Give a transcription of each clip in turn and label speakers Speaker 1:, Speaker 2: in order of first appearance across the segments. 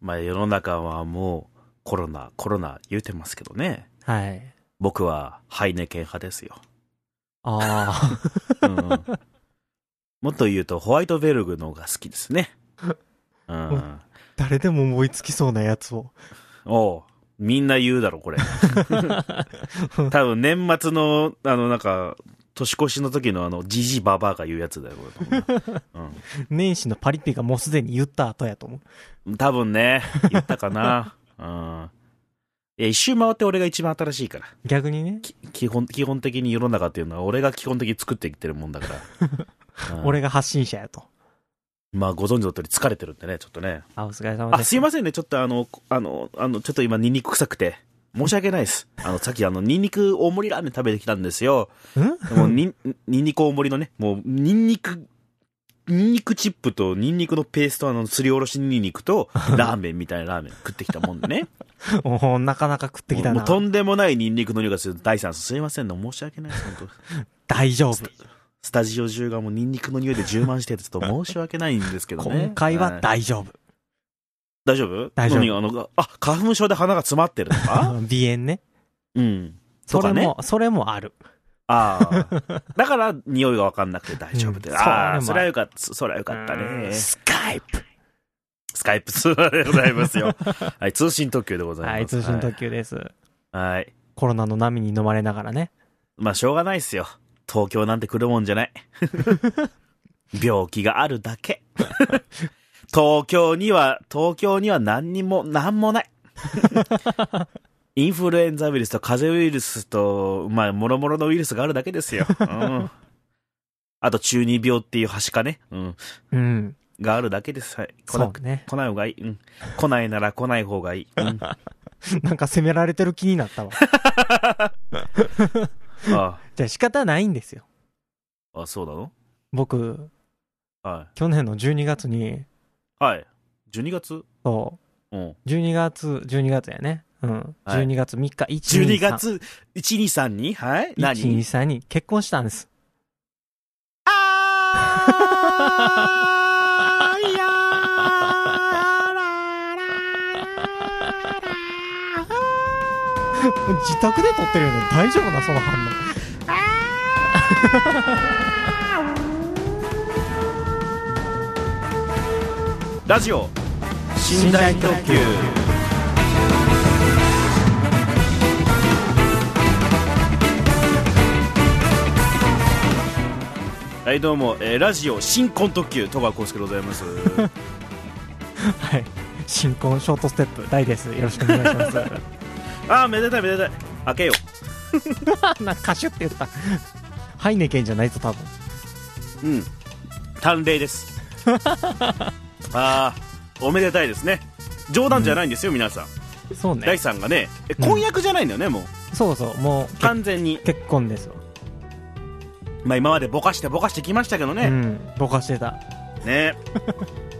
Speaker 1: まあ世の中はもうコロナ、コロナ言うてますけどね。
Speaker 2: はい。
Speaker 1: 僕はハイネケン派ですよ。
Speaker 2: あ
Speaker 1: うんうんもっと言うとホワイトベルグの方が好きですね。うん。
Speaker 2: あ、 誰でも思いつきそうなやつを。
Speaker 1: おうみんな言うだろ、これ。多分年末の、あの、なんか、年越しの時のあの、じじばばあが言うやつだよ、これ多分な。
Speaker 2: 年始のパリピがもうすでに言った後やと思う。
Speaker 1: うん。多分ね、言ったかな。うん。いや、一周回って俺が一番新しいから。
Speaker 2: 逆にね、
Speaker 1: き基本、基本的に世の中っていうのは俺が基本的に作ってきてるもんだから。 うん
Speaker 2: 俺が発信者やと。
Speaker 1: まあ、ご存知の通り疲れてるんでね、ちょっとね。
Speaker 2: あ、お疲れ 様
Speaker 1: あ、
Speaker 2: です。
Speaker 1: すいませんね。ちょっとあの、あの、あの、ちょっと今、ニンニク臭くて。申し訳ない です。あの、さっきあの、ニンニク大盛りラーメン食べてきたんですよ。
Speaker 2: ん
Speaker 1: もう、ニン、ニンニク大盛りのね、もう、ニンニク、ニンニクチップとニンニクのペースト、あの、すりおろしニンニク と、ラーメンみたいなラーメン 食ってきたもんでね。
Speaker 2: おなかなか食ってきた
Speaker 1: もう
Speaker 2: な
Speaker 1: もう。とんでもないニンニクの匂いがする第三すいませんね。申し訳ないです。本当
Speaker 2: 大丈夫。
Speaker 1: スタジオ中がもうニンニクの匂いで充満してて、ちょっと申し訳ないんですけどね。
Speaker 2: 今回はい大丈夫。
Speaker 1: 大丈夫
Speaker 2: 大丈夫
Speaker 1: 何があの、あ、花粉症で鼻が詰まってるとか
Speaker 2: あ 鼻炎ね。
Speaker 1: うん。
Speaker 2: そ
Speaker 1: とか
Speaker 2: れ
Speaker 1: ね
Speaker 2: も、それもある。
Speaker 1: ああ。だから、匂いがわかんなくて大丈夫で。
Speaker 2: うん
Speaker 1: ああ、
Speaker 2: そ
Speaker 1: そう
Speaker 2: でもある
Speaker 1: れはよかった。そそれはよかった
Speaker 2: う
Speaker 1: ね
Speaker 2: ん。スカイプ。
Speaker 1: スカイプ通話でございますよ。はい、通信特急でございます。
Speaker 2: はい、通信特急です。
Speaker 1: はい。はい。
Speaker 2: コロナの波に飲まれながらね。
Speaker 1: まあ、しょうがないっすよ。東京なんて来るもんじゃ ない。病気があるだけ。東京には、東京には何にも、何もない。インフルエンザウイルスと風邪ウイルスと、まあ、もろもろのウイルスがあるだけですよ。うん。あと、中二病っていうはしかね。うん。
Speaker 2: うん。
Speaker 1: があるだけです。はい。来な
Speaker 2: そ
Speaker 1: く
Speaker 2: うね。
Speaker 1: 来ない方がいい。うん。来ないなら来ない方がいい。 うん。あ
Speaker 2: なんか責められてる気になったわ。
Speaker 1: あ
Speaker 2: じゃあ仕方ないんですよ。
Speaker 1: あ、そうなの
Speaker 2: 僕、
Speaker 1: は
Speaker 2: 去年の12月に、
Speaker 1: い。はい。12月
Speaker 2: そ
Speaker 1: うん。
Speaker 2: う、12月、12月やね。うん。
Speaker 1: はい
Speaker 2: 12月3日、1
Speaker 1: 12。月123にはい
Speaker 2: 1、2、
Speaker 1: 何
Speaker 2: 3に結婚したんです。
Speaker 1: あーいや
Speaker 2: 自宅で撮ってるよね。大丈夫な、その反応。
Speaker 1: ーラジオ寝台特急はいどうも、えーラジオ新婚特急戸川浩介でございます
Speaker 2: はい。新婚ショートステップ、大です。よろしくお願いします。
Speaker 1: あーめでたいめでたい開けよ
Speaker 2: な歌手って言った ハイネケンじゃないと多分
Speaker 1: ううん淡麗ですあーおめでたいですね冗談じゃないんですよ、皆さん
Speaker 2: そう
Speaker 1: 大
Speaker 2: ね
Speaker 1: 地さんがねえ
Speaker 2: うん
Speaker 1: 婚約じゃないんだよね、もう
Speaker 2: そうそうもうけ
Speaker 1: 完全に
Speaker 2: 結婚ですよ、
Speaker 1: まあ今までぼかしてぼかしてきましたけど
Speaker 2: う
Speaker 1: ね、
Speaker 2: んぼかしてた
Speaker 1: ね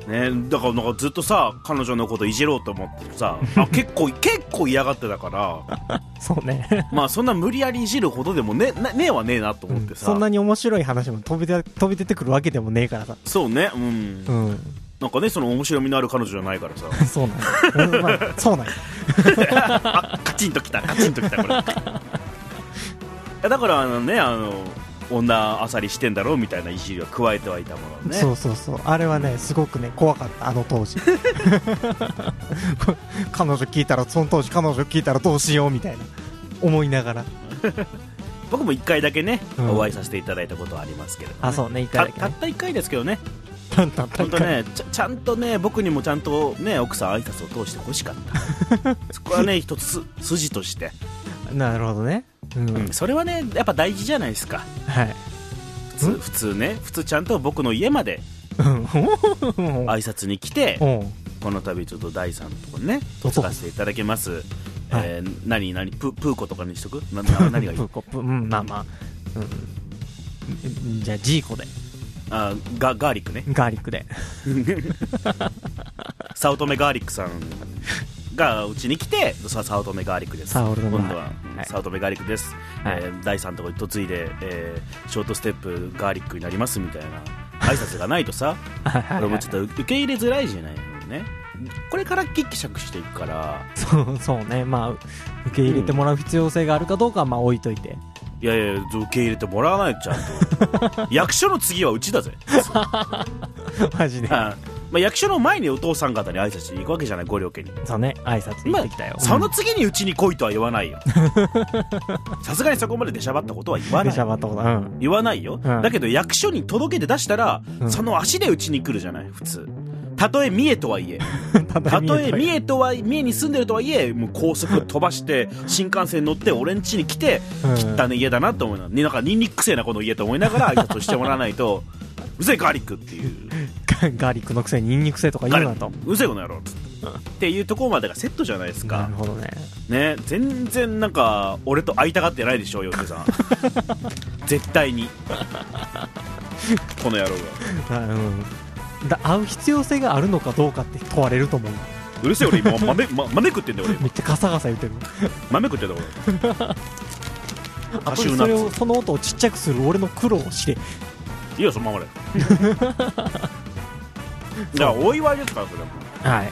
Speaker 1: ねだからなんかずっとさ彼女のこといじろうと思ってさあ結構結構嫌がってたから
Speaker 2: そうね
Speaker 1: まあそんな無理やりいじるほどでもねなねえはねえなと思ってさ、
Speaker 2: そんなに面白い話も飛び出飛び出てくるわけでもねえからさ
Speaker 1: そうねうん
Speaker 2: うん
Speaker 1: なんかねその面白みのある彼女じゃない からさ
Speaker 2: そうなんや、うんまあ、そうなんや
Speaker 1: あカチンときたカチンときたこれいやだからあのねあの女あさりしてんだろうみたいないじりは加えてはいたものね
Speaker 2: そうそうそうあれはねすごくね怖かったあ の当時彼女聞いたらその当時彼女聞いたらどうしようみたいな思いながら
Speaker 1: 僕も1回だけね、
Speaker 2: うん
Speaker 1: お会いさせていただいたことはありますけれど、ね、
Speaker 2: あそうね一
Speaker 1: た
Speaker 2: 回だけ
Speaker 1: たっ
Speaker 2: ね
Speaker 1: た1回ですけどね
Speaker 2: たんたんた
Speaker 1: 本
Speaker 2: ん
Speaker 1: 当
Speaker 2: たん
Speaker 1: ねちゃちゃんとね僕にもちゃんとね奥さん挨拶を通してほしかった そこはね一つす筋として、
Speaker 2: なるほどねう
Speaker 1: うん
Speaker 2: ん、
Speaker 1: それはねやっぱ大事じゃないですか
Speaker 2: はい
Speaker 1: 普通
Speaker 2: ん
Speaker 1: 普通ね普通ちゃんと僕の家まで
Speaker 2: うん
Speaker 1: 挨拶に来て
Speaker 2: うん
Speaker 1: この度ちょっと大さんとこね
Speaker 2: どこ
Speaker 1: 嫁がせていただきます
Speaker 2: はい
Speaker 1: えー、何何ププーコとかにしとくなな何 がいい
Speaker 2: プーコプうんまあまあ、うん、じゃあジーコで
Speaker 1: あガガーリックね
Speaker 2: ガーリックで
Speaker 1: 早乙女ガーリックさんがうちに来てさ早乙女ガーリックです
Speaker 2: サオルの
Speaker 1: 今度は、
Speaker 2: はい
Speaker 1: サウトメガーリックです、
Speaker 2: はい
Speaker 1: えー第3とこに嫁いで、えーショートステップガーリックになりますみたいな挨拶がないとさ
Speaker 2: はいはい
Speaker 1: 俺
Speaker 2: は
Speaker 1: も
Speaker 2: い
Speaker 1: ちょっと受け入れづらいじゃないのねこれからギッギシャクしていくから、
Speaker 2: そうそうねまあ受け入れてもらう必要性があるかどうかはまあ置いとい て、
Speaker 1: いやいや、受け入れてもらわないとちゃんと。役所の次はうちだぜ。
Speaker 2: マジで
Speaker 1: あまあ、役所の前にお父さん方に挨拶しに行くわけじゃない、ご両家に。
Speaker 2: そうね挨拶行ってきたよ、
Speaker 1: その
Speaker 2: うん
Speaker 1: 次にうちに来いとは言わ ないよ。さすがにそこまで出しゃばったことは言わ
Speaker 2: 出
Speaker 1: な
Speaker 2: しゃ
Speaker 1: い。
Speaker 2: ばったことうん
Speaker 1: 言わないよ、
Speaker 2: うん
Speaker 1: だけど役所に届けて出したら、
Speaker 2: うん
Speaker 1: その足でうちに来るじゃない、普通。たとえ三重とはいえ。た
Speaker 2: 畳
Speaker 1: とえ 三
Speaker 2: え
Speaker 1: 重とは三重に住んでるとはいえもう高速飛ば して新幹線乗って俺ん家に来て
Speaker 2: うん
Speaker 1: 切ったね家だなと思うのねなんかニンニクくせえなこの家と思いなが ら挨拶をしてもらわないとうるせえガーリックっていう
Speaker 2: ガガーリックのくせにニンニクせとか
Speaker 1: ガ
Speaker 2: 言う
Speaker 1: ーリッ
Speaker 2: なと
Speaker 1: クうるせえこの野郎っつってっていうところまでがセットじゃないです
Speaker 2: な
Speaker 1: か
Speaker 2: るほどね
Speaker 1: ね全然なんか俺と会いたがってないでしょ洋平 さん絶対にこの野郎が
Speaker 2: うんだ会う必要性があるのかどうかって問われると思う
Speaker 1: うるせえ俺今豆,、ま、豆食ってんだよ俺
Speaker 2: めっちゃガサガサ言ってる
Speaker 1: 豆食ってんだよ俺カシューナ
Speaker 2: それ
Speaker 1: ッツ
Speaker 2: をその音をちっちゃくする俺の苦労を知れ
Speaker 1: いいよその ままでだからお祝いですからそれはもう
Speaker 2: はい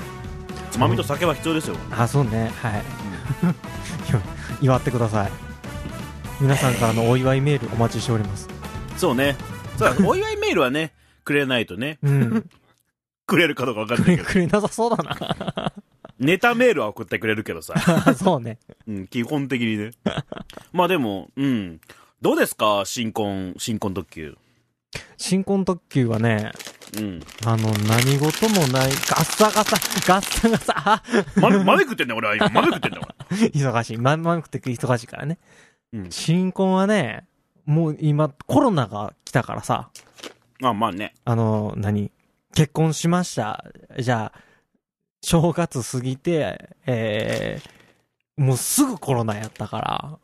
Speaker 1: つまみと酒は必要ですよ、
Speaker 2: あそうねはい 祝ってください皆さんからのお祝いメールお待ちしております
Speaker 1: そうねそうだお祝いメールはねくれないとね
Speaker 2: うん
Speaker 1: くれるかどうか分かん
Speaker 2: く
Speaker 1: ない
Speaker 2: れ
Speaker 1: け ど
Speaker 2: くれなさそうだな
Speaker 1: ネタメールは送ってくれるけどさ、
Speaker 2: そうね
Speaker 1: うん、基本的にね まあでもうんどうですか新婚新婚特急
Speaker 2: 新婚特急はね
Speaker 1: うん
Speaker 2: あの何事もないガッサガサガッサガサ あ
Speaker 1: ま豆食ってんだよ俺は今豆食ってんだよ
Speaker 2: 忙しいまんまくて忙しいからね、
Speaker 1: うん
Speaker 2: 新婚はねもう今コロナが来たからさ
Speaker 1: 俺あまあね
Speaker 2: あの何結婚しましたじゃあ正月過ぎてえー、もうすぐコロナやったから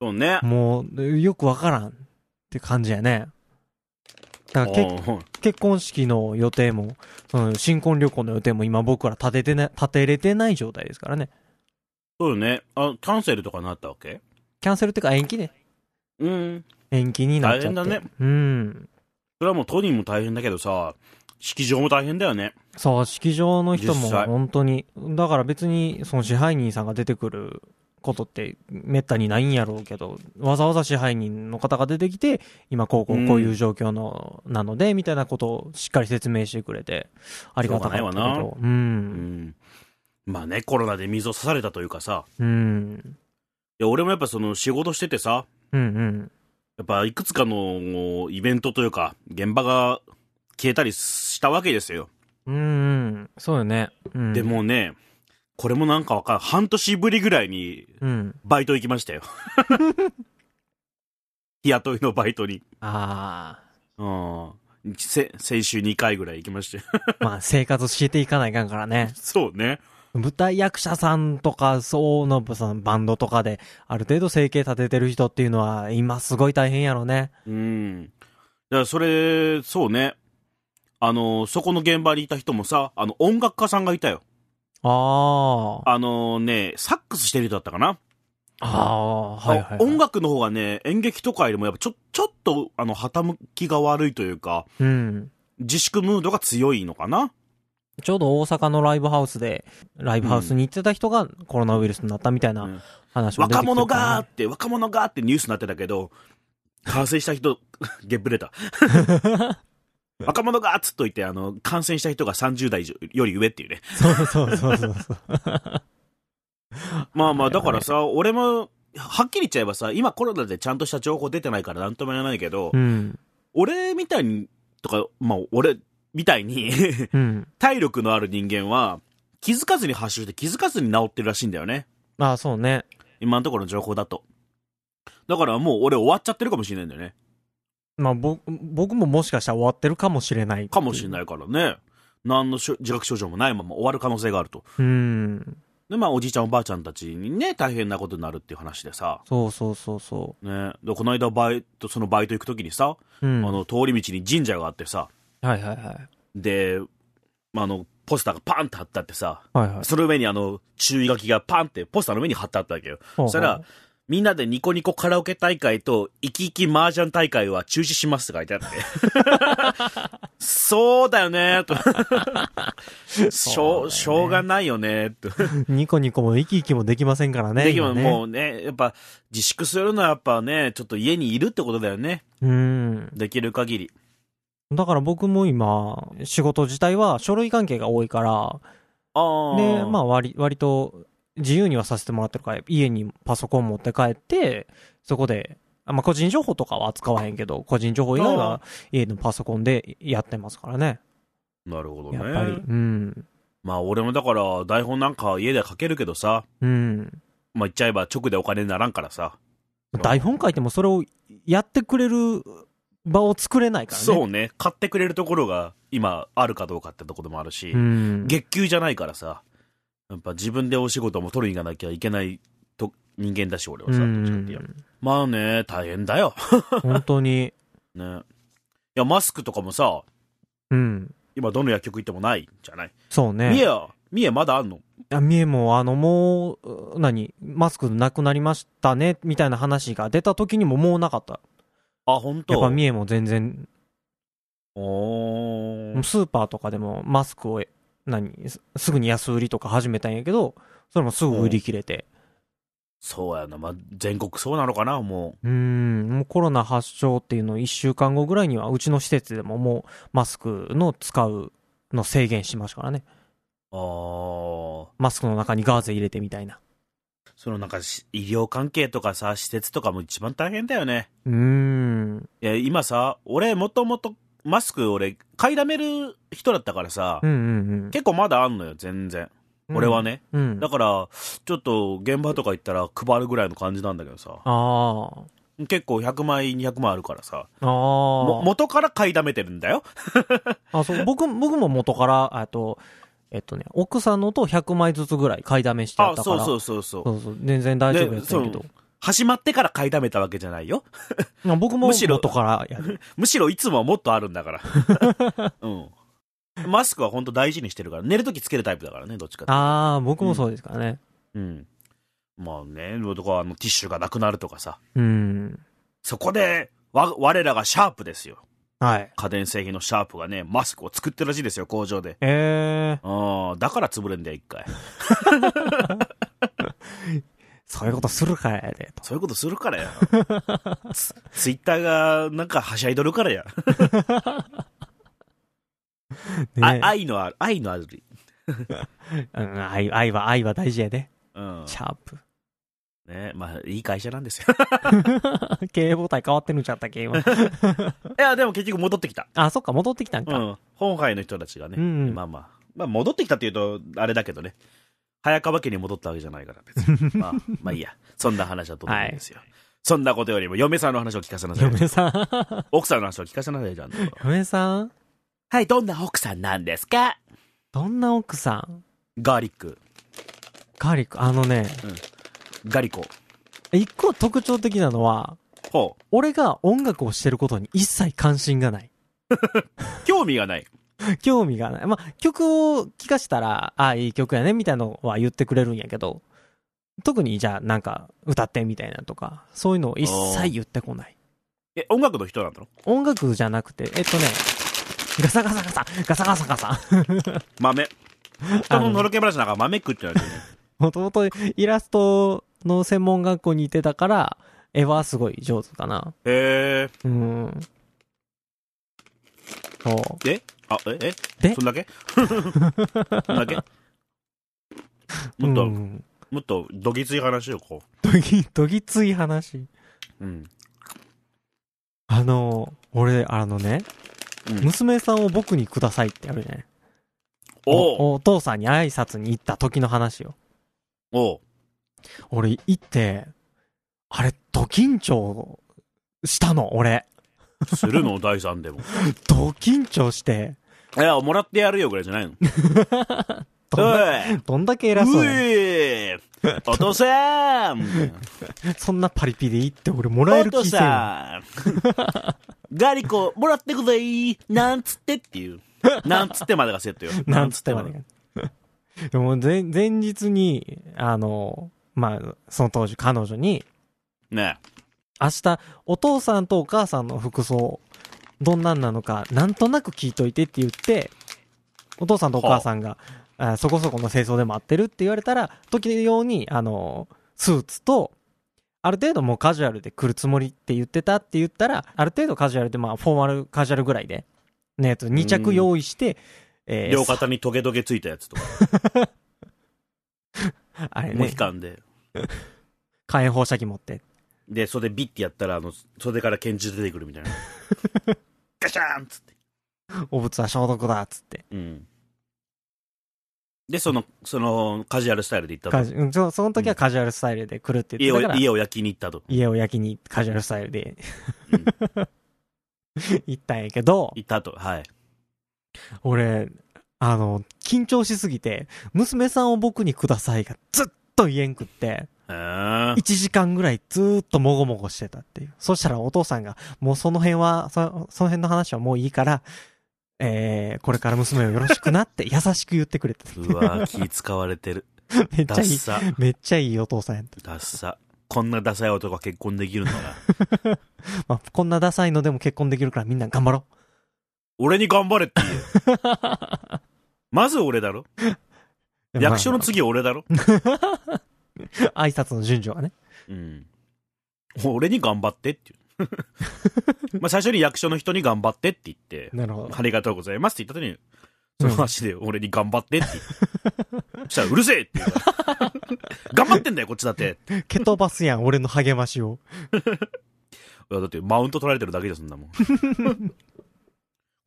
Speaker 1: そうね
Speaker 2: もう、よくわからんって感じやね。だからけ
Speaker 1: おー
Speaker 2: 結婚式の予定も、その新婚旅行の予定も今僕ら立ててな、立てれてない状態ですからね。
Speaker 1: そうよねあキャンセルとかなったわけ
Speaker 2: キャンセルっていうか延期ね。
Speaker 1: うん
Speaker 2: 延期になっちゃって。
Speaker 1: 大変だね。
Speaker 2: うん。
Speaker 1: それはもう当人も大変だけどさ、式場も大変だよね。
Speaker 2: そう、式場の人も
Speaker 1: 実際
Speaker 2: 本当に、だから別にその支配人さんが出てくることってめったにないんやろうけど、わざわざ支配人の方が出てきて、今こうこうこういう状況の、なので、みたいなことをしっかり説明してくれて、ありがたかったけ
Speaker 1: しょうがないわ
Speaker 2: ど。う。
Speaker 1: うんん。まあね、コロナで水を差されたというかさ、
Speaker 2: うん。
Speaker 1: いや俺もやっぱその仕事しててさ、
Speaker 2: うんうん。
Speaker 1: やっぱいくつかのイベントというか、現場が消えたりしたわけですよ。
Speaker 2: うんうん。そうよね。うん。
Speaker 1: で、もうね、これもなんかわかん半年ぶりぐらいに
Speaker 2: うん。
Speaker 1: バイト行きま したよ。日雇いのバイトに。
Speaker 2: あ
Speaker 1: うん。せ先週2回ぐらい行きまして。
Speaker 2: あ。 まあ、生活教えていかないかんからね。
Speaker 1: そうね。
Speaker 2: 舞台役者さんとか、そうのぶさん、バンドとかで、ある程度生計立ててる人っていうのは、今すごい大変やろね。
Speaker 1: うん。だからそれ、そうね。あの、そこの現場にいた人もさ、あの、音楽家さんがいたよ。
Speaker 2: ああ。
Speaker 1: あのね、サックスしてる人だったかな。
Speaker 2: ああ、はいはい、はい。
Speaker 1: 音楽の方がね、演劇とかよりもやっぱちょ、ちょっと、あの、傾きが悪いというか、
Speaker 2: うん。
Speaker 1: 自粛ムードが強いのかな。
Speaker 2: ちょうど大阪のライブハウスで、ライブハウスに行ってた人がコロナウイルスになったみたい
Speaker 1: うん
Speaker 2: な話も出て
Speaker 1: 若
Speaker 2: きてるからね
Speaker 1: 者がーって、若者がーってニュースになってたけど、感染した人、 ゲップ 出た。若者がーっつっといて、あの、感染した人が30代より上っていうね。
Speaker 2: そう そうそうそうそう。
Speaker 1: まあまあ、だからさ、俺も、はっきり言っちゃえばさ、今コロナでちゃんとした情報出てないからなんとも言えないけど、
Speaker 2: うん。
Speaker 1: 俺みたいに、とか、まあ俺みたいに、
Speaker 2: うん。
Speaker 1: 体力のある人間は、気づかずに発症して気づかずに治ってるらしいんだよね。
Speaker 2: ああ、そうね。
Speaker 1: 今のところの情報だと。だからもう俺終わっちゃってるかもしれないんだよね。
Speaker 2: まあ、ぼ、僕ももしかしたら終わってるかもしれない。
Speaker 1: かもしれ
Speaker 2: い。
Speaker 1: ないからね。何のしょ自覚症状もないまま終わる可能性があると。
Speaker 2: うん。
Speaker 1: で、まあおじいちゃんおばあちゃんたちにね、大変なことになるっていう話でさ。
Speaker 2: そうそうそうそ
Speaker 1: ね。で、この間バイト、そのバイト行くときにさ、
Speaker 2: う。うん。
Speaker 1: あ
Speaker 2: はい
Speaker 1: の通り道に神社があってさ
Speaker 2: はいはい。
Speaker 1: で、まあ、あのポスターがパンって貼ってあってさ
Speaker 2: はいはい。
Speaker 1: その上にあの注意書きがパンってポスターの上に貼ってあったわけよ
Speaker 2: そ
Speaker 1: そしたら、みんなでニコニコカラオケ大会と、イキイキ麻雀大会は中止しますって書いてあって。そうだよ ね、と。しょう、しょうがないよね、と。
Speaker 2: ニコニコも生き生きもできませんからね。
Speaker 1: できも、
Speaker 2: 今ね
Speaker 1: もうね、やっぱ、自粛するのはやっぱね、ちょっと家にいるってことだよね。
Speaker 2: うん。
Speaker 1: できる限り。
Speaker 2: だから僕も今、仕事自体は書類関係が多いから、
Speaker 1: ああ。
Speaker 2: で、まあ割、割と自由にはさせてもらってるから、家にパソコン持って帰って、そこで、あまあ個人情報とかは扱わへんけど、個人情報以外
Speaker 1: あ
Speaker 2: は家のパソコンでやってますからね。
Speaker 1: なるほどね。
Speaker 2: やっぱり。うん。
Speaker 1: まあ俺もだから、台本なんか家で書けるけどさ、
Speaker 2: うん。
Speaker 1: まあ言っちゃえば直でお金にならんからさ。
Speaker 2: 台本書いてもそれをやってくれる場を作れないからね。
Speaker 1: そうね。買ってくれるところが今あるかどうかってところもあるし、
Speaker 2: うん。
Speaker 1: 月給じゃないからさ、やっぱ自分でお仕事も取りに行かなきゃいけないと人間だし、俺は
Speaker 2: う。
Speaker 1: さ、どっちかっていうんまあね、大変だよ。
Speaker 2: 本当に。
Speaker 1: ね。いや、マスクとかもさ、
Speaker 2: うん。
Speaker 1: 今どの薬局行ってもないじゃない。
Speaker 2: そうね。
Speaker 1: 三重は、三重まだあんの
Speaker 2: あ三重も、あの、もう、う何、マスクなくなりましたね、みたいな話が出た時にももうなかった。
Speaker 1: あ、本当
Speaker 2: やっぱ三重も全然、
Speaker 1: おー。
Speaker 2: スーパーとかでもマスクを、え何、すすぐに安売りとか始めたんやけど、それもすぐ売り切れて。
Speaker 1: そうやな。まあ、全国そうなのかな、も
Speaker 2: うーん、もうコロナ発症っていうのを1週間後ぐらいには、うちの施設でももうマスクの使うの制限しましたからね。
Speaker 1: う。あー。
Speaker 2: マスクの中にガーゼ入れてみたいな。
Speaker 1: そのなんかし、医療関係とかさ、施設とかも一番大変だよね。
Speaker 2: うーん。
Speaker 1: いや、今さ、俺、もともと、マスク、俺、買いだめる人だったからさ、
Speaker 2: うんうん
Speaker 1: 結構まだあんのよ、全然。
Speaker 2: うん。
Speaker 1: 俺は。ね。
Speaker 2: うん。
Speaker 1: だ
Speaker 2: あ
Speaker 1: から、ちょっと、現場とか行ったら配るぐらいの感じなんだけどさ、
Speaker 2: あー。
Speaker 1: 結構100枚、200枚あるからさ、
Speaker 2: ああ。
Speaker 1: も元から買いだめてるんだよ。
Speaker 2: あ、そう、僕、僕も元から、あと、えっとね、奥さんのと100枚ずつぐらい買いだめしてあ
Speaker 1: あ
Speaker 2: っ、たか
Speaker 1: そ
Speaker 2: ら。
Speaker 1: うそううそうそう。
Speaker 2: そうそう全然大丈夫やったんやけ
Speaker 1: で
Speaker 2: ど。
Speaker 1: 始まってから買いだめたわけじゃないよ。
Speaker 2: まあ僕も
Speaker 1: むしろ
Speaker 2: 元からやる。
Speaker 1: むしろいつもはもっとあるんだから。 うん。マスクは本当大事にしてるから、寝るときつけるタイプだからね、どっちかって。
Speaker 2: ああ、僕もそうですからね。
Speaker 1: うん。まあね、とかあのティッシュがなくなるとかさ。
Speaker 2: うん。
Speaker 1: そこで、わ、我らがシャープですよ。
Speaker 2: はい。
Speaker 1: 家電製品のシャープがね、マスクを作ってるらしいですよ、工場で。
Speaker 2: ええ
Speaker 1: あん、だから潰れんだよ、一回。
Speaker 2: そういうことするからやで、と。
Speaker 1: そういうことするから や。ツツイッターが、なんか、はしゃいどるからや。
Speaker 2: ね
Speaker 1: あ愛のある、愛のある。
Speaker 2: うん、愛、愛は、愛は大事やで。
Speaker 1: うん。
Speaker 2: シャープ。
Speaker 1: ね、まあ、いい会社なんですよ。
Speaker 2: 経営母体変わってるんちゃったっけ、今。
Speaker 1: いや、でも結局戻ってきた。
Speaker 2: あ、そっか、戻ってきたん
Speaker 1: う
Speaker 2: か。
Speaker 1: ん。本杯の人たちがね、
Speaker 2: うんうん
Speaker 1: まあまあ、まあ戻ってきたっていうと、あれだけどね、早川家に戻ったわけじゃないから、別に。 まあ、まあいいや。そんな話はどうでもいいんですよ。そんなことよりも、嫁さんの話を聞かせなさい。
Speaker 2: 嫁さん。
Speaker 1: 奥さんの話を聞かせなさいじゃん。
Speaker 2: 嫁さん
Speaker 1: はい、どんな奥さんなんですか
Speaker 2: どんな奥さん
Speaker 1: ガーリック。
Speaker 2: ガーリック、あのね、
Speaker 1: ガリコ。
Speaker 2: 一個特徴的なのは、
Speaker 1: ほう。
Speaker 2: 俺が音楽をしてることに一切関心がない。
Speaker 1: 興味がない。
Speaker 2: 興味がない。まあ、曲を聴かしたら、ああ、いい曲やね、みたいなのは言ってくれるんやけど、特にじゃあなんか歌ってみたいなとか、そういうのを一切言ってこない。
Speaker 1: え、音楽の人なんだろ
Speaker 2: 音楽じゃなくて、えっとね、ガサガサガサ、ガサガサガサ。
Speaker 1: 豆。人ののろけ話なんか豆食ってない ね。
Speaker 2: もともとイラストの専門学校にいてたから、絵はすごい上手かな。
Speaker 1: へえ。
Speaker 2: うん。そう。
Speaker 1: えあ、ええ
Speaker 2: で
Speaker 1: そんだけそんだけもっ
Speaker 2: う
Speaker 1: と、
Speaker 2: ん
Speaker 1: もっと、どぎつい話をこ
Speaker 2: どぎ、 どぎつい話。
Speaker 1: う。うん。
Speaker 2: あの、俺、あのね、
Speaker 1: うん
Speaker 2: 娘さんを僕にくださいってあるじゃない。
Speaker 1: おう
Speaker 2: おお父さんに挨拶に行った時の話よ。
Speaker 1: おう
Speaker 2: 俺、行って、あれ、ド緊張したの、俺。
Speaker 1: するの第三でも。
Speaker 2: ド緊張して。
Speaker 1: いや、もらってやるよぐらいじゃない の。
Speaker 2: どんだ
Speaker 1: おい
Speaker 2: どんだけ偉そううやね
Speaker 1: えお父さん
Speaker 2: んそんなパリピでいいって俺もらえ
Speaker 1: お
Speaker 2: る
Speaker 1: 父
Speaker 2: 気せえよ
Speaker 1: さん ガリコ、もらってくぜなんつってっていう。なんつってまでがセットよ。
Speaker 2: なんつってまでが。 でも前、前日に、あの、まあ、その当時彼女に、
Speaker 1: ね
Speaker 2: 明日、お父さんとお母さんの服装、どんなんなのか、なんとなく聞いといてって言って、お父さんとお母さんが、あそこそこの清掃で待ってるって言われたら、時用に、あの、スーツと、ある程度もうカジュアルで来るつもりって言ってたって言ったら、ある程度カジュアルで、まあ、フォーマルカジュアルぐらいで、ね、と2着用意して、えー
Speaker 1: 両肩にトゲトゲついたやつとか、
Speaker 2: あれ
Speaker 1: モ
Speaker 2: ね
Speaker 1: ヒ、カンで。
Speaker 2: 火炎放射器持って。
Speaker 1: で、袖ビッてやったら、あの、袖から拳銃出てくるみたい な。ガシャーンっつって。
Speaker 2: お物は消毒だっつって。
Speaker 1: うん。で、その、その、カジュアルスタイルで行った
Speaker 2: カ
Speaker 1: と。
Speaker 2: ジュうんそその時はカジュアルスタイルで来るって言
Speaker 1: 家
Speaker 2: って
Speaker 1: を、
Speaker 2: たから、
Speaker 1: 家を焼きに行ったと。
Speaker 2: 家を焼きにカジュアルスタイルで
Speaker 1: うん
Speaker 2: 行ったんやけど、
Speaker 1: 行ったと。はい。
Speaker 2: 俺、あの、緊張しすぎて、娘さんを僕にくださいがずっと言えんくって、
Speaker 1: うーん
Speaker 2: 1時間ぐらいずーっともごもごしてたっていう。そしたらお父さんが、もうその辺は、そその辺の話はもういいから、えー、これから娘をよろしく なって優しく言ってくれて、
Speaker 1: うわー気使われてる。
Speaker 2: めっち
Speaker 1: ダ
Speaker 2: ゃ
Speaker 1: ッ
Speaker 2: いい、
Speaker 1: サ。
Speaker 2: めっちゃいいお父さんやった。
Speaker 1: ダッサ。こんなダサい男が結婚できるんだな。
Speaker 2: まあ、こんなダサいのでも結婚できるからみんな頑張ろう。
Speaker 1: 俺に頑張れって言えよ。 まず俺だろ役所の次俺だろ
Speaker 2: 挨拶の順序はね。
Speaker 1: うん。俺に頑張ってって いう。まあ最初に役所の人に頑張ってって言って、
Speaker 2: なるほど。
Speaker 1: ありがとうございますって言った時に、その足で俺に頑張ってって 言って。そしたらうるせえって言うから頑張ってんだよ、こっちだって。
Speaker 2: 蹴飛ばすやん、俺の励ましを。
Speaker 1: いやだってマウント取られてるだけじゃんそんな もんこ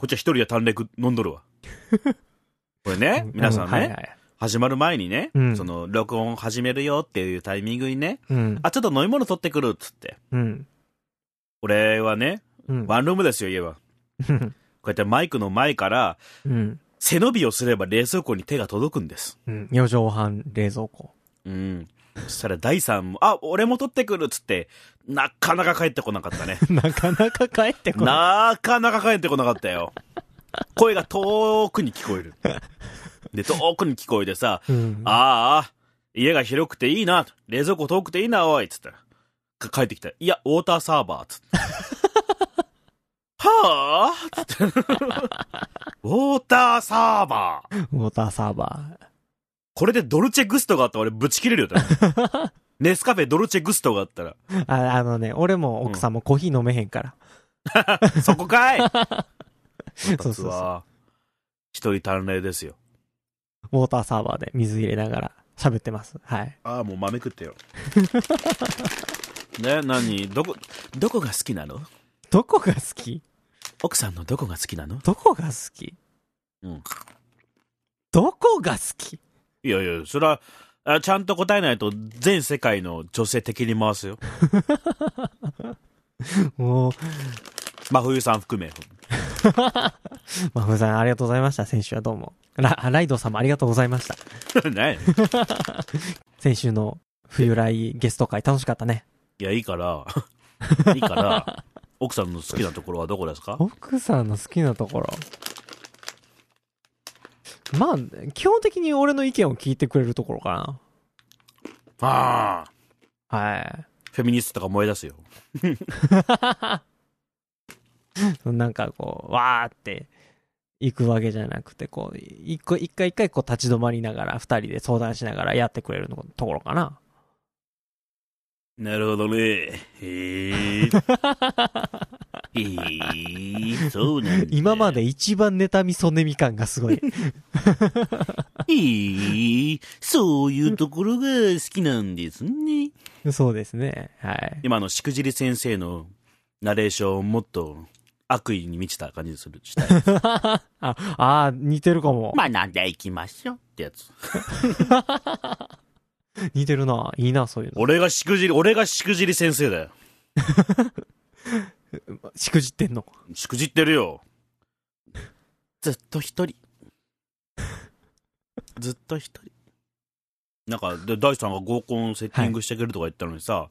Speaker 1: っちは一人で短絡飲んどるわこれね皆さんね、
Speaker 2: うはいはい
Speaker 1: 始まる前にね、
Speaker 2: うん
Speaker 1: その録音始めるよっていうタイミングにね
Speaker 2: うん。
Speaker 1: あちょっと飲み物取ってくるっつって
Speaker 2: うん。
Speaker 1: 俺はね
Speaker 2: うん。
Speaker 1: ワンルームですよ家はこうやってマイクの前から
Speaker 2: うん。
Speaker 1: 背伸びをすれば冷蔵庫に手が届くんです
Speaker 2: うん。4畳半冷蔵庫。
Speaker 1: うんそしたら第3も「あ俺も取ってくる」っつってなかなか帰ってこなか ったね
Speaker 2: なかなか帰ってこない。
Speaker 1: なかなか帰ってこなかったよ。声が遠くに聞こえる。で、遠くに聞こえてさ、
Speaker 2: うん。
Speaker 1: ああ、家が広くていいな、冷蔵庫遠くていいな、おい、つったら。か帰ってきた。いや、ウォーターサーバー、つって。はあつって。ウォーターサーバー。
Speaker 2: ウォーターサーバ
Speaker 1: これでドルチェグストがあったら俺ぶち切れるよ、多 分ネスカフェドルチェグストがあったら。
Speaker 2: ー。ああのね、俺も奥さんもコーヒー飲めへんから。
Speaker 1: そこかい
Speaker 2: そうそう
Speaker 1: 腹立
Speaker 2: そう
Speaker 1: つわ一人短麗ですよ。
Speaker 2: ウォーターサーバーで水入れながら喋ってます。はい。
Speaker 1: ああ、もう豆食ってよ。 ね、何どこ、どこが好きなの
Speaker 2: どこが好き
Speaker 1: 奥さんのどこが好きなの
Speaker 2: どこが好き
Speaker 1: うん。
Speaker 2: どこが好き
Speaker 1: いやいや、それは、あちゃんと答えないと全世界の女性的に回すよ。
Speaker 2: もう、
Speaker 1: 真冬さん含め。
Speaker 2: まふさんありがとうございました。先週はどうも。ラライドさんもありがとうございました。
Speaker 1: ね。
Speaker 2: 先週の冬来ゲスト会楽しかったね。
Speaker 1: いや、いいから、 いいから、奥さんの好きなところはどこですか
Speaker 2: 奥さんの好きなところ。まあ、基本的に俺の意見を聞いてくれるところか
Speaker 1: ああ、
Speaker 2: な。はい。
Speaker 1: フェミニストとか燃え出すよ。
Speaker 2: なんかこう、わーって行くわけじゃなくて、こう、一個一回一回こう立ち止まりながら、二人で相談しながらやってくれるのところかな。
Speaker 1: なるほどね。へ え。へえ、そうなんだ
Speaker 2: 今まで一番妬み、そねみ感がすごい。
Speaker 1: ええそういうところが好きなんですね。
Speaker 2: そうですね。 はい。
Speaker 1: 今のしくじり先生のナレーションをもっと悪意に満ちた感じにする。したい
Speaker 2: あ、あー似てるかも。
Speaker 1: 学んでいき ましょうってやつ。
Speaker 2: 似てるな。いいな、そういうの。
Speaker 1: 俺がしくじり、俺がしくじり先生だよ。
Speaker 2: しくじってんの。
Speaker 1: しくじってるよ。ずっと一人。 ずっと一人。なんか、で、大さんが合コンセッティングしてくれるとか言ったのにさ、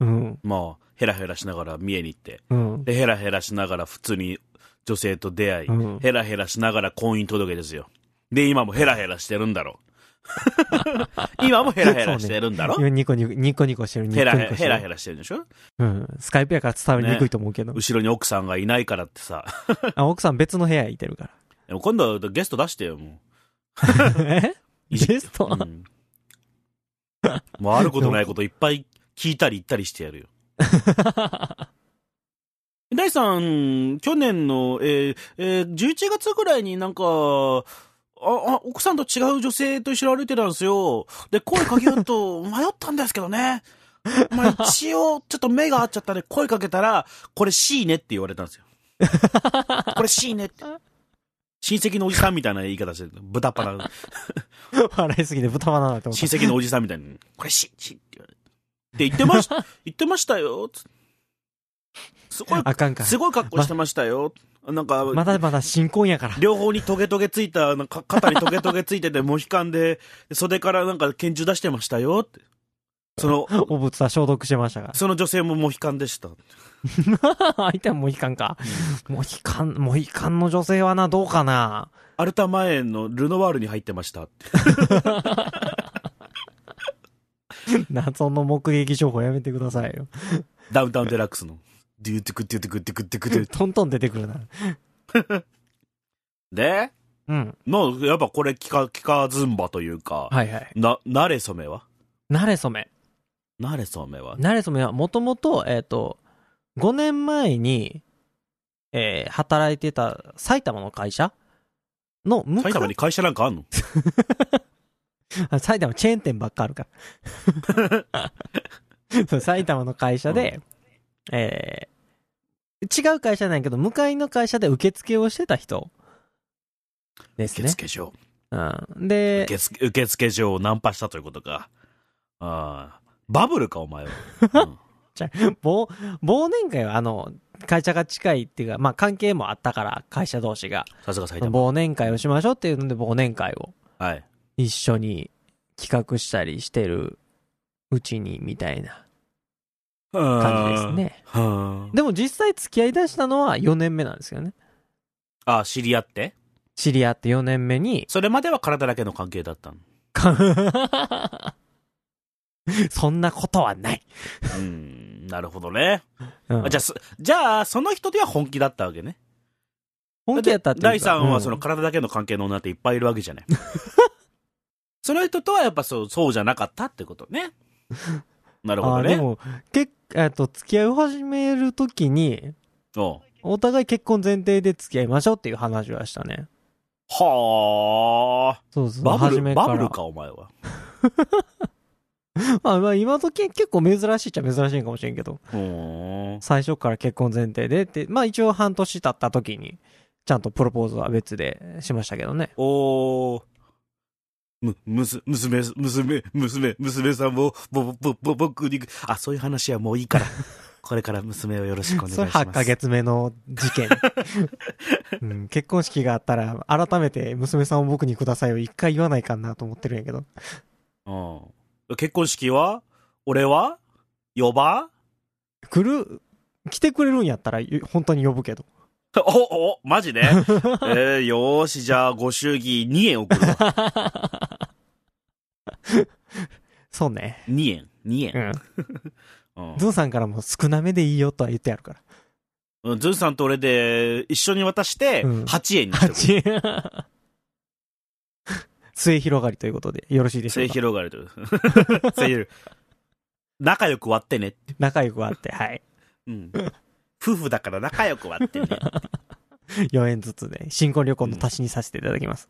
Speaker 2: うん。
Speaker 1: まあ、ヘラヘラしながら三重に行って、
Speaker 2: うん。
Speaker 1: で、ヘラヘラしながら普通に女性と出会い、
Speaker 2: う ん
Speaker 1: ヘラヘラしながら婚姻届ですよ。で、今もヘラヘラしてるんだろ今もヘラヘラしてるんだろ、
Speaker 2: 今ニコニコ、ニコニコしてる、ニコ
Speaker 1: ヘ
Speaker 2: ニコ
Speaker 1: ラ
Speaker 2: して
Speaker 1: ヘラヘラ
Speaker 2: る。
Speaker 1: ヘラしてるでしょ
Speaker 2: うん。スカイプやから伝わりにくいと思うけど。
Speaker 1: 後ろに奥さんがいないからってさ。
Speaker 2: あ、奥さん別の部屋いてるか
Speaker 1: でも今度ゲスト出してよ、も
Speaker 2: ら。 え
Speaker 1: い
Speaker 2: ゲ
Speaker 1: じ
Speaker 2: スト
Speaker 1: う。うん、もうあることないこといっぱい聞いたり言ったりしてやるよ。大さん、去年の、えーえー11月ぐらいになんか、あ、あ、奥さんと違う女性と一緒に歩いてたんですよ。で、声かけようと迷ったんですけどね。まあ、一応、ちょっと目が合っちゃったんで声かけたら、これ C ねって言われたんですよ。これ C ねって。親戚のおじさんみたいな言い方してる。豚っ鼻。
Speaker 2: 笑いすぎて豚鼻だと思っ
Speaker 1: 親戚のおじさんみたいに、これし、しって言われて。って言ってました、言ってましたよ。つすごい
Speaker 2: た。、あかんか。
Speaker 1: すごい格好してましたよ。なんか、
Speaker 2: まだまだ新婚やから。
Speaker 1: 両方にトゲトゲついた、なんか肩にトゲトゲついてて、モヒカンで、袖からなんか拳銃出してましたよって。その、
Speaker 2: おぶつは消毒して ましたが。
Speaker 1: その女性もモヒカンでした。
Speaker 2: 相手はモヒカンか。モヒカン、モヒカンの女性はな、どうかな。
Speaker 1: アルタ前のルノワールに入ってましたって。
Speaker 2: 謎の目撃情報やめてくださいよ。
Speaker 1: ダウンタウンデラックスの。デューテクデューテクデュクデュクデュ
Speaker 2: トントン出てくるな。
Speaker 1: で、
Speaker 2: うん。
Speaker 1: の、やっぱこれ聞か、聞かずんばというか、
Speaker 2: はいはい。
Speaker 1: な、なれそめは
Speaker 2: なれそめ。
Speaker 1: なれそめは
Speaker 2: なれそめはもともと、えっ、と、5年前に、えー働いてた埼玉の会社の向か
Speaker 1: 埼玉に会社なんかあんの
Speaker 2: あ 埼玉チェーン店ばっかあ るから。そう埼玉の会社で、えー違う会社なんやけど、向かいの会社で受付をしてた人です
Speaker 1: 受
Speaker 2: ね。
Speaker 1: 付所。
Speaker 2: うん、で、
Speaker 1: 受付、受付所をナンパしたということか。ああ。バブルか、お前 は。うん
Speaker 2: 忘忘年会はあの、会社が近いっていうか、まあ関係もあったから、会社同士が。
Speaker 1: さすが埼玉。
Speaker 2: 忘年会をしましょうっていうので、忘年会を
Speaker 1: はい。
Speaker 2: 一緒に企画したりしてるうちに、みたいな感じですね。
Speaker 1: は
Speaker 2: でも実際付き合い出したのは4年目なんですよね。
Speaker 1: あ。あ、知り合って
Speaker 2: 知り合って4年目に、
Speaker 1: それまでは体だけの関係だったの。
Speaker 2: か そんなことはない。
Speaker 1: うん。なるほどね。
Speaker 2: うん
Speaker 1: あじゃあ、すじゃあ、その人では本気だったわけね。
Speaker 2: 本気やったっていうか
Speaker 1: 第3
Speaker 2: う
Speaker 1: は
Speaker 2: ん
Speaker 1: その体だけの関係の女っていっぱいいるわけ じゃない。その人とはやっぱそう、そうじゃなかったってこと ね。なるほど
Speaker 2: あで
Speaker 1: ね。
Speaker 2: も、結えっと、付き合いを始めるときに、
Speaker 1: おう
Speaker 2: お互い結婚前提で付き合いましょうっていう話はしたね。
Speaker 1: はあ。
Speaker 2: そうそう。
Speaker 1: バブ
Speaker 2: 初
Speaker 1: ル、
Speaker 2: めか
Speaker 1: バ
Speaker 2: ら
Speaker 1: ブルか、お前は。
Speaker 2: まあ、まあ、今時結構珍しいっちゃ珍しいんかもしれんけど、
Speaker 1: ふーん。
Speaker 2: 最初から結婚前提でって、まあ一応半年経った時に、ちゃんとプロポーズは別でしましたけどね。
Speaker 1: おー。む、むす、娘、娘、娘、娘さんも、ぼ、ぼ、ぼ、僕に、あ、そういう話はもういい から。これから娘をよろしくお願いし
Speaker 2: そ
Speaker 1: ま
Speaker 2: れ
Speaker 1: す。
Speaker 2: 8ヶ月目の事 件、うん、結婚式があったら改めて娘さんを僕にくださいを一回言わないかなと思ってるんやけど
Speaker 1: うん。結婚式は俺は呼ば
Speaker 2: 来る来てくれるんやったらゆ本当に呼ぶけど
Speaker 1: お、お、マジ でえー、よーし、じゃあ、ご祝儀2円送る わ。
Speaker 2: そうね
Speaker 1: 2円、2
Speaker 2: う
Speaker 1: 円。
Speaker 2: ん
Speaker 1: うん
Speaker 2: ズンさんからも少なめでいいよとは言ってやるから
Speaker 1: うん。ズンさんと俺で一緒に渡して、
Speaker 2: うん
Speaker 1: 8円にしてくれ
Speaker 2: 8円 末広がりということでよろしいでしょ
Speaker 1: 末
Speaker 2: うか
Speaker 1: 広がりという。 末広仲良く割ってねって。
Speaker 2: 仲良くあってはい
Speaker 1: うん。夫婦だから仲良く割ってね。
Speaker 2: 4円ずつで新婚旅行の足しにさせていただきます、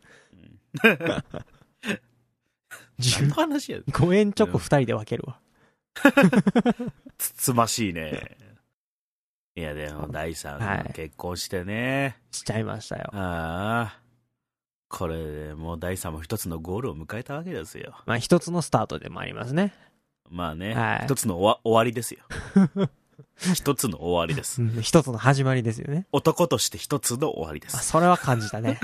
Speaker 1: 何の話やつ
Speaker 2: 5円チョコ2人で分けるわ
Speaker 1: つつましいね。いや、でも、第三、
Speaker 2: はい
Speaker 1: 結婚してね。
Speaker 2: しちゃいましたよ
Speaker 1: ああ。これでもう第三も一つのゴールを迎えたわけですよ。
Speaker 2: まあ一つのスタートでもありますね。
Speaker 1: まあね、
Speaker 2: はい
Speaker 1: 一つの終わ終わり ですよ。一つの終わりです。
Speaker 2: うん一つの始まりです よね。
Speaker 1: 男として一つの終わりで
Speaker 2: あ、
Speaker 1: す。
Speaker 2: それは感じ たね。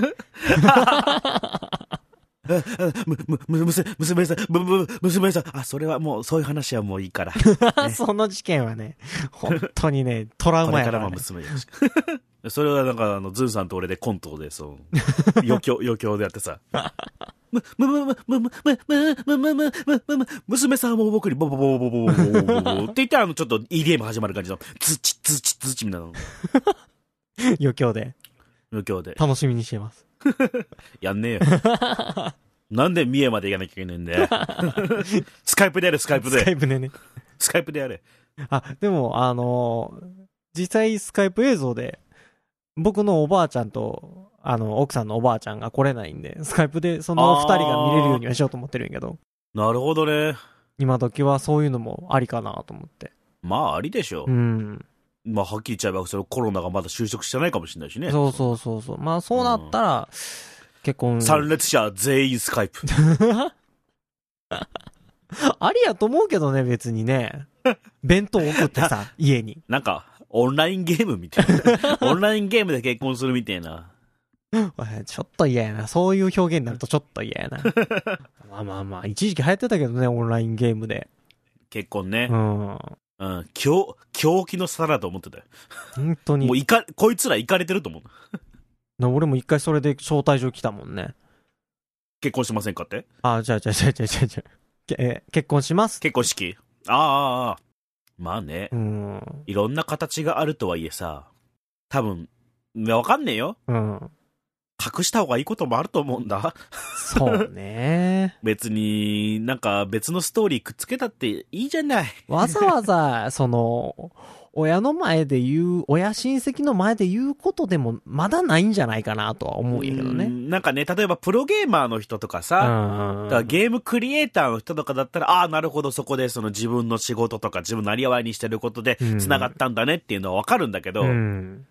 Speaker 1: む、む、む、むせ、娘さん、む、む、娘さん。あ、それはもう、そういう話はもういいから。
Speaker 2: その事件はね、本当にね、トラウ
Speaker 1: こ
Speaker 2: マ
Speaker 1: れ
Speaker 2: や
Speaker 1: か
Speaker 2: から
Speaker 1: も
Speaker 2: らね
Speaker 1: 娘よろしく。それはなんか、あの、ズンさんと俺でコントで、その、余興、余興でやってさ。む、む、む、む、む、む、む、む、む、む、む、む、む、む、娘さんも僕にボボボボボボボボボボって言ったら、あの、ちょっと EDM 始まる感じの、ズチ、ズチ、ズチみたいなの。
Speaker 2: 余興で。
Speaker 1: 余興で。
Speaker 2: 楽しみにしてます。
Speaker 1: やんねえよ。なんで三重まで行かなきゃいけないんだよ。スカイプでやれ、スカイプ
Speaker 2: スカ
Speaker 1: で。
Speaker 2: イプでね。
Speaker 1: スカイプでやれ。
Speaker 2: あ、でも、あのー実際スカイプ映像で、僕のおばあちゃんと、あの、奥さんのおばあちゃんが来れないんで、スカイプでその二人が見れるようにはしようと思ってるんやけど、
Speaker 1: なるほどね。
Speaker 2: 今時はそういうのもありかなと思って。
Speaker 1: まあ、ありでしょう
Speaker 2: う。ん。
Speaker 1: まあ、はっきり言っちゃえば、そのコロナがまだ就職してないかもしれないしね。
Speaker 2: そうそうそうそう。まあそうなったら、結婚。
Speaker 1: 参列者全員スカイプ。
Speaker 2: ありやと思うけどね、別にね。弁当送って さ、家に。
Speaker 1: なんか、オンラインゲームみたいな。オンラインゲームで結婚するみたいな。
Speaker 2: わちょっと嫌やな。そういう表現になるとちょっと嫌 やな。まあまあまあ、一時期流行ってたけどね、オンラインゲームで。
Speaker 1: 結婚
Speaker 2: う
Speaker 1: ね
Speaker 2: ん。。本
Speaker 1: うん。狂、狂気の差だと思ってたよ。
Speaker 2: 当
Speaker 1: もう
Speaker 2: に。
Speaker 1: いか、こいつら行かれてると思う。
Speaker 2: な俺も一回それで招待状来たもんね。
Speaker 1: 結婚しませんかって
Speaker 2: あ、じゃあじゃあじゃあじゃあじゃあじゃあけえ結婚します。
Speaker 1: 結婚式ああ、ああ。まあね
Speaker 2: う。ん。
Speaker 1: いろんな形があるとはいえさ、多分、わかんねえよ。
Speaker 2: うん。
Speaker 1: 隠した方がいいこともあると思うんだ。
Speaker 2: そうね。
Speaker 1: 別に、なんか別のストーリーくっつけたっていいじゃない。
Speaker 2: わざわざ、その、親の前で言う、親親戚の前で言うことでも、まだないんじゃないかなとは思うんやけど
Speaker 1: う
Speaker 2: ね。
Speaker 1: んなんかね、例えばプロゲーマーの人とか
Speaker 2: う
Speaker 1: さ、
Speaker 2: ん。
Speaker 1: だからゲームクリエイターの人とかだったら、ああー、なるほど、そこでその自分の仕事とか自分のなりわいにしてることで
Speaker 2: うん
Speaker 1: 繋がったんだねっていうのはわかるんだけど、
Speaker 2: うん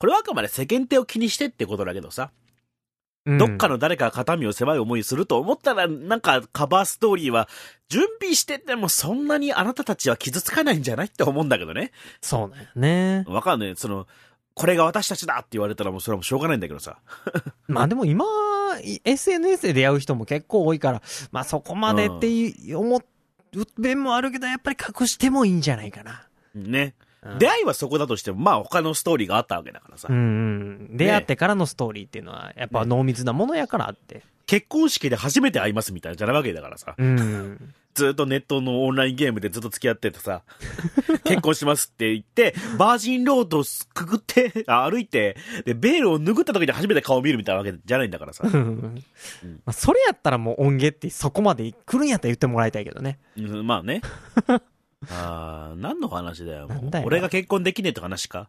Speaker 1: これはあくまで世間体を気にしてってことだけどさ、
Speaker 2: うん
Speaker 1: どっかの誰かが肩身を狭い思いすると思ったら、なんかカバーストーリーは準備しててもそんなにあなたたちは傷つかないんじゃないって思うんだけどね。
Speaker 2: そうなんよね。
Speaker 1: わかんない。その、これが私たちだって言われたらもうそれはもうしょうがないんだけどさ。
Speaker 2: まあでも今、い SNS で出会う人も結構多いから、まあそこまでってい思う面もあるけど、やっぱり隠してもいいんじゃないかな。
Speaker 1: ね。
Speaker 2: うん
Speaker 1: 出会いはそこだとしても、まあ他のストーリーがあったわけだからさ。
Speaker 2: うんうん。出会ってからのストーリーっていうのは、やっぱ濃密なものやからあって。
Speaker 1: 結婚式で初めて会いますみたいなじゃないわけだからさ。
Speaker 2: うん。
Speaker 1: ずっとネットのオンラインゲームでずっと付き合ってて さ、結婚しますって言って、バージンロードをくぐって、あ歩いて、で、ベールを拭った時に初めて顔を見るみたいなわけじゃないんだからさ。
Speaker 2: うんまあそれやったらもう音源ってそこまで来るんやったら言ってもらいたいけどね。
Speaker 1: うんまあ ね。あー、何の話だよ、も
Speaker 2: なん
Speaker 1: う
Speaker 2: だよ
Speaker 1: 俺が結婚できねえって話か。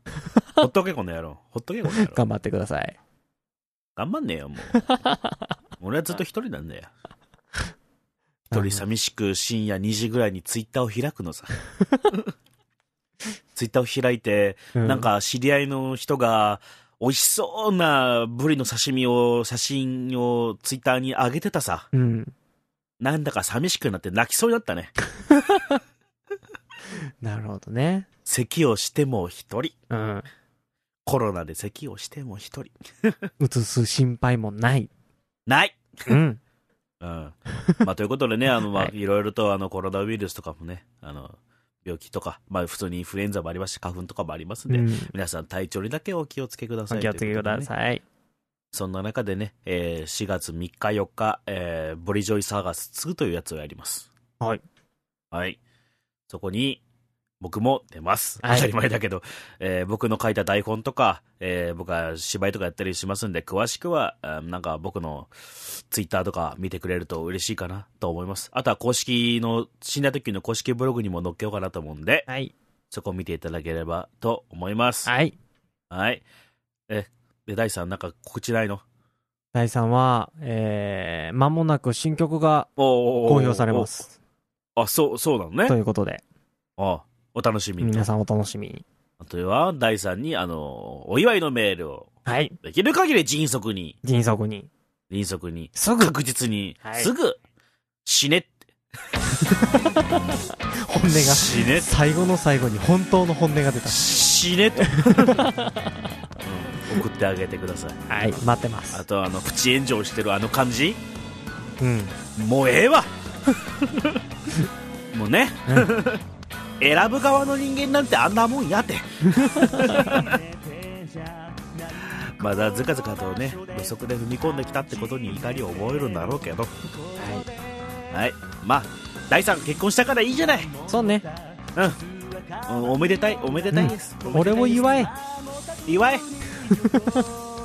Speaker 1: ほっとけ、この野郎。ほっとけ、この野郎。
Speaker 2: 頑張ってください。
Speaker 1: 頑張んねえよ、もう。俺はずっと一人なんだよ。一人寂しく深夜2時ぐらいにツイッターを開くのさ。ツイッターを開いて、
Speaker 2: う
Speaker 1: なん、か知り合いの人が、美味しそうなブリの刺身を、写真をツイッターに上げてたさ。
Speaker 2: うん。
Speaker 1: なんだか寂しくなって泣きそうになったね。
Speaker 2: なるほどね。
Speaker 1: 咳をしても一人。
Speaker 2: うん。
Speaker 1: コロナで咳をしても一人。
Speaker 2: うつす心配もない。
Speaker 1: ない
Speaker 2: うん。
Speaker 1: うん。まあ、ということで ね、あの、まあ、
Speaker 2: はい
Speaker 1: いろいろと、あの、コロナウイルスとかもね、あの、病気とか、まあ、普通にインフルエンザもありますし、花粉とかもありますんで、
Speaker 2: うん
Speaker 1: 皆さん体調にだけお気をつけください
Speaker 2: お
Speaker 1: と
Speaker 2: 気
Speaker 1: いうこ
Speaker 2: をつ
Speaker 1: とでね、
Speaker 2: けください。
Speaker 1: そんな中でね、えー4月3日4日、えーボリジョイサーガス2というやつをやります。
Speaker 2: はい。
Speaker 1: はい。そこに、僕も出ます。
Speaker 2: はい
Speaker 1: 当たり前だけど、えー僕の書いた台本とか、えー僕は芝居とかやったりしますんで、詳しくは、あーなんか僕のツイッターとか見てくれると嬉しいかなと思います。あとは公式の、死んだ時の公式ブログにも載っけようかなと思うんで、
Speaker 2: はい。
Speaker 1: そこ見ていただければと思います。
Speaker 2: はい。
Speaker 1: はい。え、で、第3、なんか告知ないの
Speaker 2: 第3は、えー、間もなく新曲が
Speaker 1: おーおーおー
Speaker 2: 公表されま。す。
Speaker 1: あ、そう、そうなの
Speaker 2: と
Speaker 1: ね。
Speaker 2: いうことで、
Speaker 1: あお楽しみに。
Speaker 2: 皆さんお楽しみに。
Speaker 1: あとは、第3に、あの、お祝いのメールを、
Speaker 2: はい。
Speaker 1: できる限り迅速に、
Speaker 2: 迅速に。
Speaker 1: 迅速に、
Speaker 2: すぐ
Speaker 1: 確実に、
Speaker 2: はい
Speaker 1: すぐ、死ねって、
Speaker 2: 本音が。
Speaker 1: 死ね
Speaker 2: 最後の最後に本当の本音が出た。
Speaker 1: 死ね と、うん送ってあげてください。
Speaker 2: はい。待ってま
Speaker 1: あ
Speaker 2: す。
Speaker 1: と、あの、プチ炎上してるあの感じ、
Speaker 2: うん。
Speaker 1: もうええわ もうね、選ぶ側の人間なんてあんなもんやって。
Speaker 3: Deja
Speaker 1: まだずかずかとね土足で踏み込んできたってことに怒りを覚えるんだろうけどはいまあ第3結婚したからいいじゃない
Speaker 2: そうね
Speaker 1: うんおおめでたいおめでたいです、おめ
Speaker 2: 俺
Speaker 1: でたい
Speaker 2: を
Speaker 1: です
Speaker 2: 祝え
Speaker 1: 祝え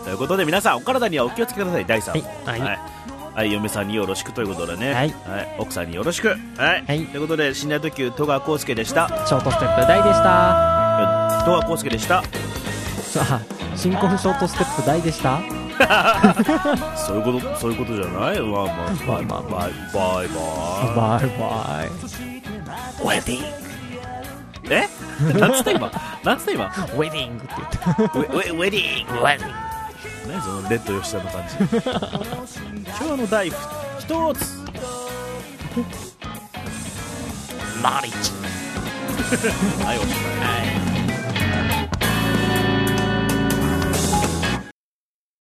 Speaker 1: ということで皆さんお体にはお気をつけください第3
Speaker 2: はい
Speaker 1: はいはい嫁さんによろしくということでね、
Speaker 2: はい
Speaker 1: 奥さんによろしく、はい
Speaker 2: はい
Speaker 1: ということで信頼特急戸川浩介でした
Speaker 2: ショートステップ大でした
Speaker 1: 戸川浩介でした
Speaker 2: さあ新婚ショートステップ大でした
Speaker 1: そういうことそういうことじゃないまあまあ
Speaker 2: まあま
Speaker 1: バイ
Speaker 2: あ
Speaker 1: バイバイ
Speaker 2: バイ バイ
Speaker 1: ウェディングえなんつった今なんつった今
Speaker 2: ウェディングって言った
Speaker 1: ウェウェウェディング何そのレッド吉田の 感じ今日の大福一つ
Speaker 2: マリッジ
Speaker 1: はいおしまい